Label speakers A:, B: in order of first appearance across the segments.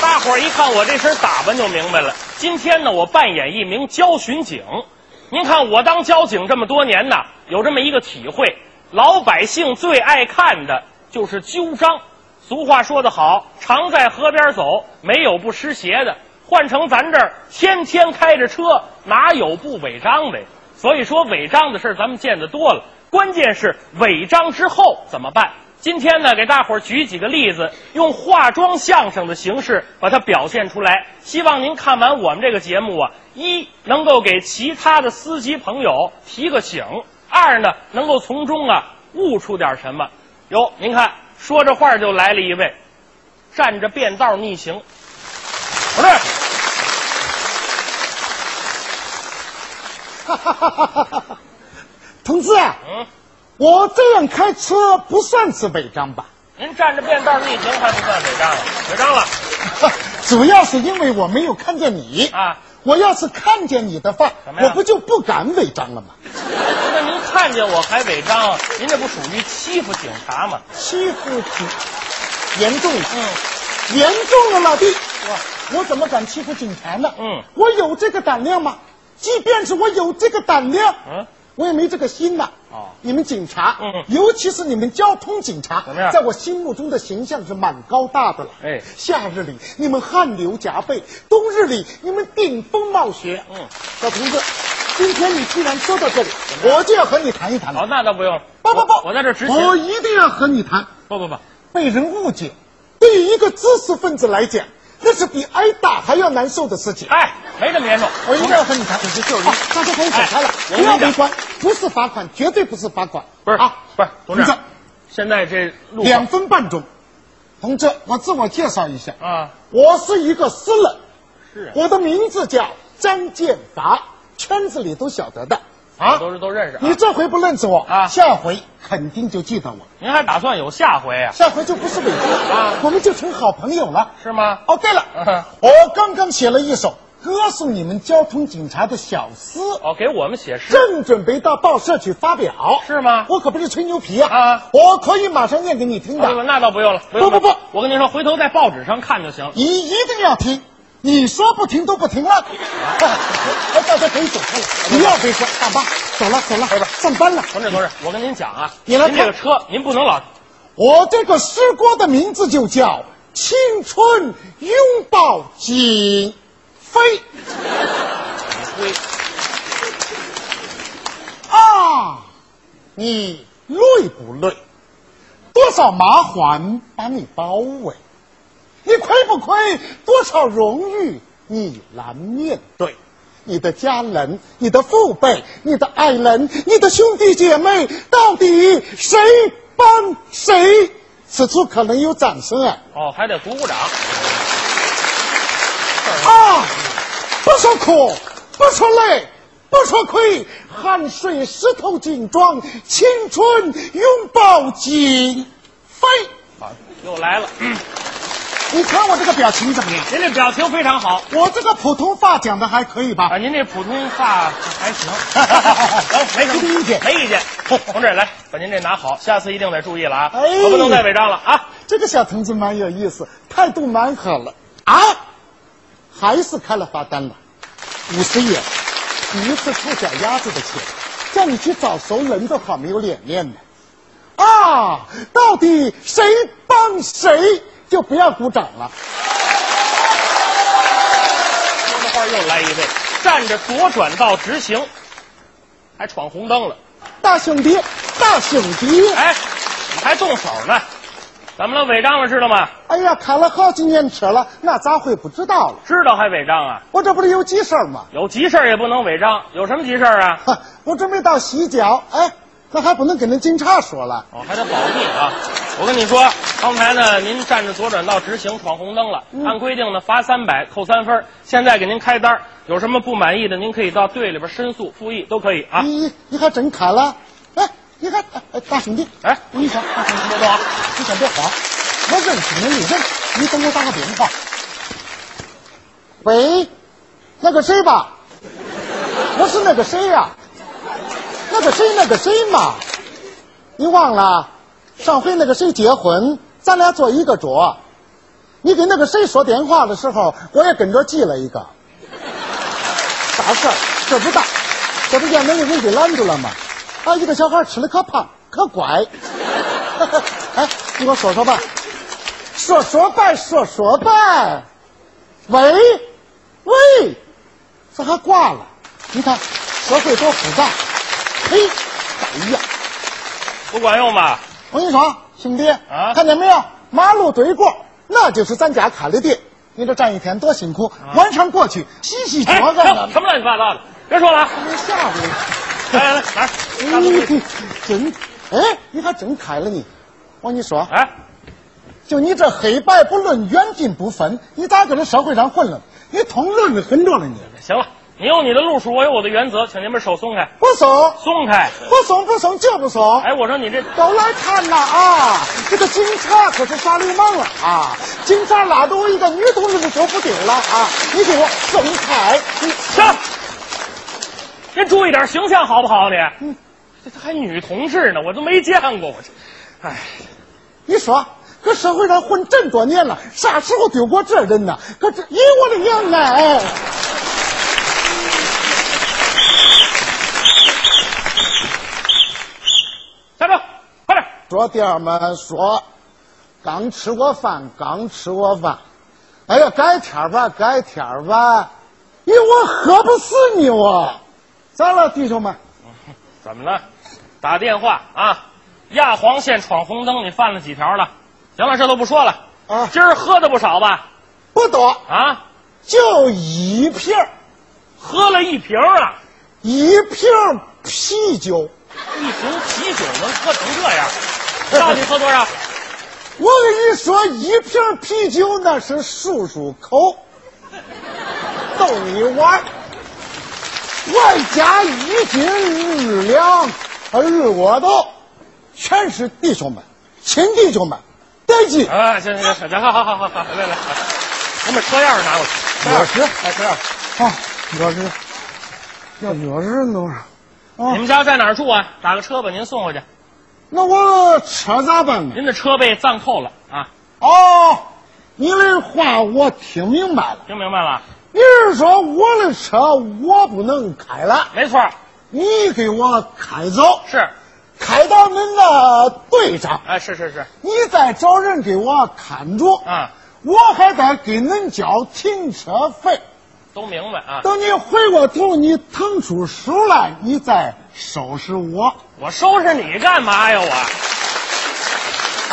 A: 大伙儿一看我这身打扮就明白了。今天呢，我扮演一名交巡警。您看我当交警这么多年呢，有这么一个体会：老百姓最爱看的就是揪章。俗话说得好，常在河边走，没有不湿鞋的。换成咱这儿，天天开着车，哪有不违章的呀？所以说违章的事儿咱们见得多了，关键是违章之后怎么办？今天呢，给大伙儿举几个例子，用化妆相声的形式把它表现出来。希望您看完我们这个节目啊，一能够给其他的司机朋友提个醒；二呢，能够从中啊悟出点什么。哟，您看，说着话就来了一位，站着变道逆行，不是。
B: 同志，
A: 嗯，
B: 我这样开车不算是违章吧？
A: 您站着变道逆行还不算违章了，违章了
B: 主要是因为我没有看见你。
A: 啊！
B: 我要是看见你的话
A: 怎，么样
B: 我不就不敢违章了吗？
A: 那您看见我还违章，您这不属于欺负警察吗？
B: 欺负警，严重，
A: 嗯，
B: 严重了，老弟，
A: 哇，
B: 我怎么敢欺负警察呢？
A: 嗯，
B: 我有这个胆量吗？即便是我有这个胆量，
A: 嗯，
B: 我也没这个心呐。
A: 哦
B: 你们警察，
A: 嗯
B: 尤其是你们交通警察，
A: 怎么样
B: 在我心目中的形象是蛮高大的了。
A: 哎
B: 夏日里你们汗流浃背，冬日里你们顶风冒雪。
A: 嗯，
B: 小同志，今天你既然说到这里，我就要和你谈一谈
A: 好，
B: 了。
A: 那倒不用了，
B: 不不哦
A: 我
B: 不，
A: 我在这儿执勤，
B: 我一定要和你谈。
A: 不不不，
B: 被人误解，对于一个知识分子来讲，那是比挨打还要难受的事情。
A: 哎，没这么严重，
B: 我一定要和你谈，就是就是，大家可以走开了，
A: 哎我
B: 不要
A: 跟
B: 围
A: 你
B: 观，不是罚款，绝对不是罚款，
A: 不是
B: 啊，
A: 不是，同志
B: 同志，
A: 现在这路
B: 两分半钟。同志，我自我介绍一下，
A: 啊，
B: 我是一个诗人，
A: 是啊
B: 我的名字叫张建达，圈子里都晓得的
A: 我
B: 啊。
A: 都是都认识
B: 你
A: 啊。
B: 这回不认识我
A: 啊
B: 下回肯定就记得我，
A: 您还打算有下回啊？
B: 下回就不是伪装
A: 啊
B: 我们就成好朋友了。
A: 是吗？
B: 哦，对了，
A: 嗯
B: 我刚刚写了一首歌，颂你们交通警察的小诗，
A: 哦，给我们写诗哦
B: 正准备到报社去发表。
A: 是吗？
B: 我可不是吹牛皮啊！
A: 啊
B: 我可以马上念给你听
A: 不
B: 的，
A: 不，那倒不用了，用
B: 不不不，
A: 我跟您说，回头在报纸上看就行了。
B: 你一定要听。你说不听都不听
A: 啊
B: 了，哎大家可以走开了，不要悲观，大妈，走了走了，上班了。
A: 同志同志，我跟您讲啊，
B: 你来
A: 您这个车您不能老
B: 我这个诗歌的名字就叫《青春拥抱警飞》
A: 推，
B: 啊，你累不累？多少麻烦把你包围？你亏不亏？多少荣誉你难面对？你的家人、你的父辈、你的爱人、你的兄弟姐妹，到底谁帮谁？此处可能有掌声啊！
A: 哦，还得鼓鼓掌。
B: 啊，不说苦，不说累，不说亏，汗水湿透锦装，青春拥抱紧飞。
A: 好，又来了。嗯
B: 你看我这个表情怎么样？
A: 您这表情非常好
B: 我这个普通话讲的还可以吧？。
A: 啊，您这普通话还 行来，没什么
B: 没意见
A: 没意见。 同志，来把您这拿好，下次一定得注意了啊，
B: 哎
A: 我不能再违章了啊。
B: 这个小同志蛮有意思，态度蛮好了啊，还是开了罚单了，五十元，一次付小鸭子的钱，叫你去找熟人都好没有脸面呢。啊，到底谁帮谁，就不要鼓掌了。
A: 说着话又来一位，站着左转道直行，还闯红灯了。
B: 大兄弟，大兄弟，
A: 哎，还动手呢？怎么了？违章了，知道吗？
B: 哎呀，开了好几年车了，那咋会不知道了？
A: 知道还违章啊？
B: 我这不是有急事儿吗？
A: 有急事儿也不能违章，有什么急事儿啊？
B: 哈，我准备到洗脚，哎，那还不能给那警察说了。
A: 哦，还得保密啊！我跟你说，刚才呢，您站着左转道直行闯红灯了，按规定呢罚三百扣三分儿。现在给您开单儿，有什么不满意的，您可以到队里边申诉、复议都可以啊。
B: 你你还真卡了？哎，你看，哎，大兄弟，
A: 哎
B: 我跟你说，大兄弟，
A: 别动啊！
B: 你先别慌，我认识你，你认识，你等我打个电话。喂，那个谁吧，不是那个谁呀、那个谁，那个谁嘛，你忘了？上回那个谁结婚，咱俩坐一个桌，你给那个谁说电话的时候，我也跟着记了一个。啥事儿？事儿不大，这不见那个人给拦住了吗？啊，一个小孩吃的可胖可乖。 哎，你给我说说吧，说说吧，说说吧。喂，喂，这还挂了？你看，社会多复杂。嘿，哎呀，
A: 不管用吧？
B: 我跟你说，兄弟，
A: 啊
B: 看见没有？马路对过，那就是咱家咖喱店。你这站一天多辛苦，晚上过去洗洗脚
A: 啊哎，
B: 干
A: 什
B: 干。
A: 什么乱七八糟的，别说了啊！
B: 别吓唬
A: 来来来，拿
B: 嗯
A: 着拿着。
B: 你，真，哎，你还真开了你。我跟你说，
A: 哎，
B: 就你这黑白不论、远近不分，你咋搁这社会上混了？你通论的很着了你。
A: 行了，你有你的路数，我有我的原则，请您把手松开，
B: 不松，
A: 松开。
B: 不松，不松就不松。
A: 哎，我说你这
B: 都来看呐啊！这个警察可是耍流氓了啊！警察拉着我一个女同志就说不对了啊！你给我松开！你
A: 停，您注意点形象好不好？你，
B: 嗯
A: 这这还女同志呢，我都没见过，我这，哎，
B: 你说，搁社会上混这么多年了，啥时候丢过这人呢？搁这，咦，我的娘啊！哎
A: 站住，快点！
B: 昨天们说，刚吃过饭，刚吃过饭。哎呀，改天儿吧，改天儿吧。咦，我喝不死你我！咋了，弟兄们？
A: 怎么了？打电话啊！压黄线闯红灯，你犯了几条了？行了，这都不说了。
B: 啊
A: 今儿喝的不少吧？
B: 不多，
A: 啊，
B: 就一瓶儿
A: 喝了一瓶啊，
B: 一瓶儿啤酒。
A: 一瓶啤酒能喝成这样？到底喝多少？
B: 我跟你说，一瓶儿啤酒那是漱漱口，逗你玩儿。外加一斤日粮，日我都，全是弟兄们，亲弟兄们，带劲！
A: 啊，行行行行，好好好好好，来来来，您把车钥匙拿过去，车钥
B: 我
A: 匙，
B: 是
A: 来车钥匙。
B: 啊，我是，要我是弄啥？啊
A: 你，们家在哪儿住啊？打个车把您送回去。
B: 那我车咋办呢？
A: 您的车被暂扣了啊，
B: 哦，你的话我听明白了，
A: 听明白了？啊
B: 你是说我的车我不能开了？
A: 没错，
B: 你给我开走，
A: 是，
B: 开到恁那队长，
A: 哎，是是是，
B: 你再找人给我看住，
A: 啊，
B: 我还得给恁交停车费。
A: 都明白啊。
B: 等你回过头，你腾出手来，你再收拾我。
A: 我收拾你干嘛呀？我。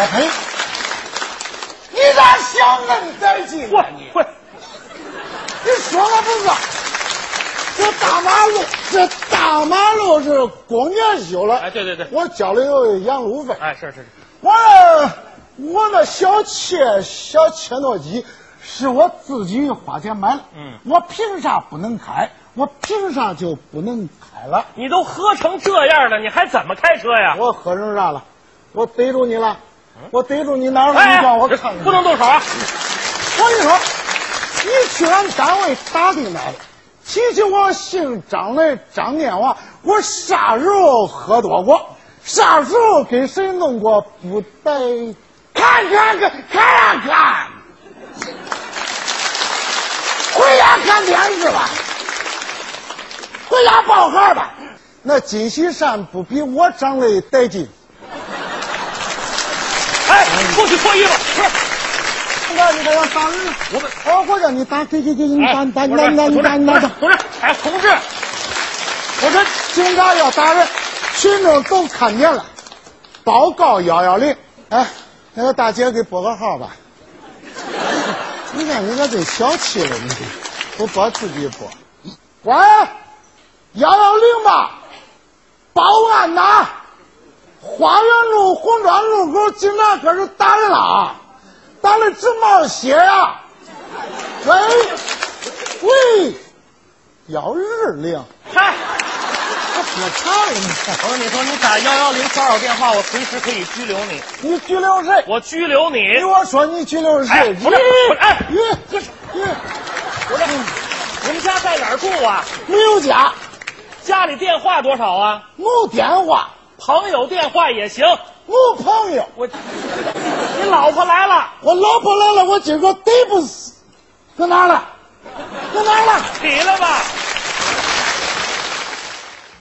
B: 哎嘿，你咋想恁带劲
A: 嚯
B: 呢？你
A: 嚯！
B: 你说了不是？这大马路，这大马路是公年修了。
A: 哎，对对对，
B: 我交了有养路费。
A: 哎，是是是，
B: 我我那小切小切诺基是我自己花钱买的，
A: 嗯
B: 我凭啥不能开？我凭啥就不能开了？
A: 你都喝成这样了，你还怎么开车呀？
B: 我喝成啥了？我逮住你了！我逮住你哪儿了？
A: 哎，
B: 你让我
A: 这
B: 看
A: 嗯
B: 看。
A: 不能动手啊！
B: 我跟你说，你去俺单位打听来了，提起我姓张的张念华，我啥时候喝多过？啥时候给谁弄过不带？看看看看呀看，回家看电视吧，回家报孩吧。那金喜善不比我长得带劲，
A: 哎，过去脱衣服。
B: 你看你看要打人了，我们哦，我让你打，给给给你打
A: 哎，
B: 打打打打打打。
A: 同志，哎，同志，
B: 我说警察要打人，群众都看见了，报告幺幺零。哎，那个大姐给拨个号吧。 你看你咋真小气了你，不拨自己拨。喂，幺幺零吧，报案呐！花园路红砖路口警察可是打人了啊，打的直冒血啊！喂，喂，幺二零。
A: 嗨，
B: 我看了你，
A: 我说你说你打幺幺零骚扰电话，我随时可以拘留你，哎
B: 你拘留谁？
A: 我拘留你。
B: 你我说你拘留
A: 哎
B: 谁？
A: 不是不是哎
B: 你你
A: 不是，你嗯们家在哪儿住啊？
B: 没有家，
A: 家里电话多少啊？
B: 没电话，
A: 朋友电话也行。
B: 没朋友，
A: 我，你老婆来了，
B: 我老婆来了，我姐说对不起，搁哪儿了？搁哪儿了？
A: 起来吧。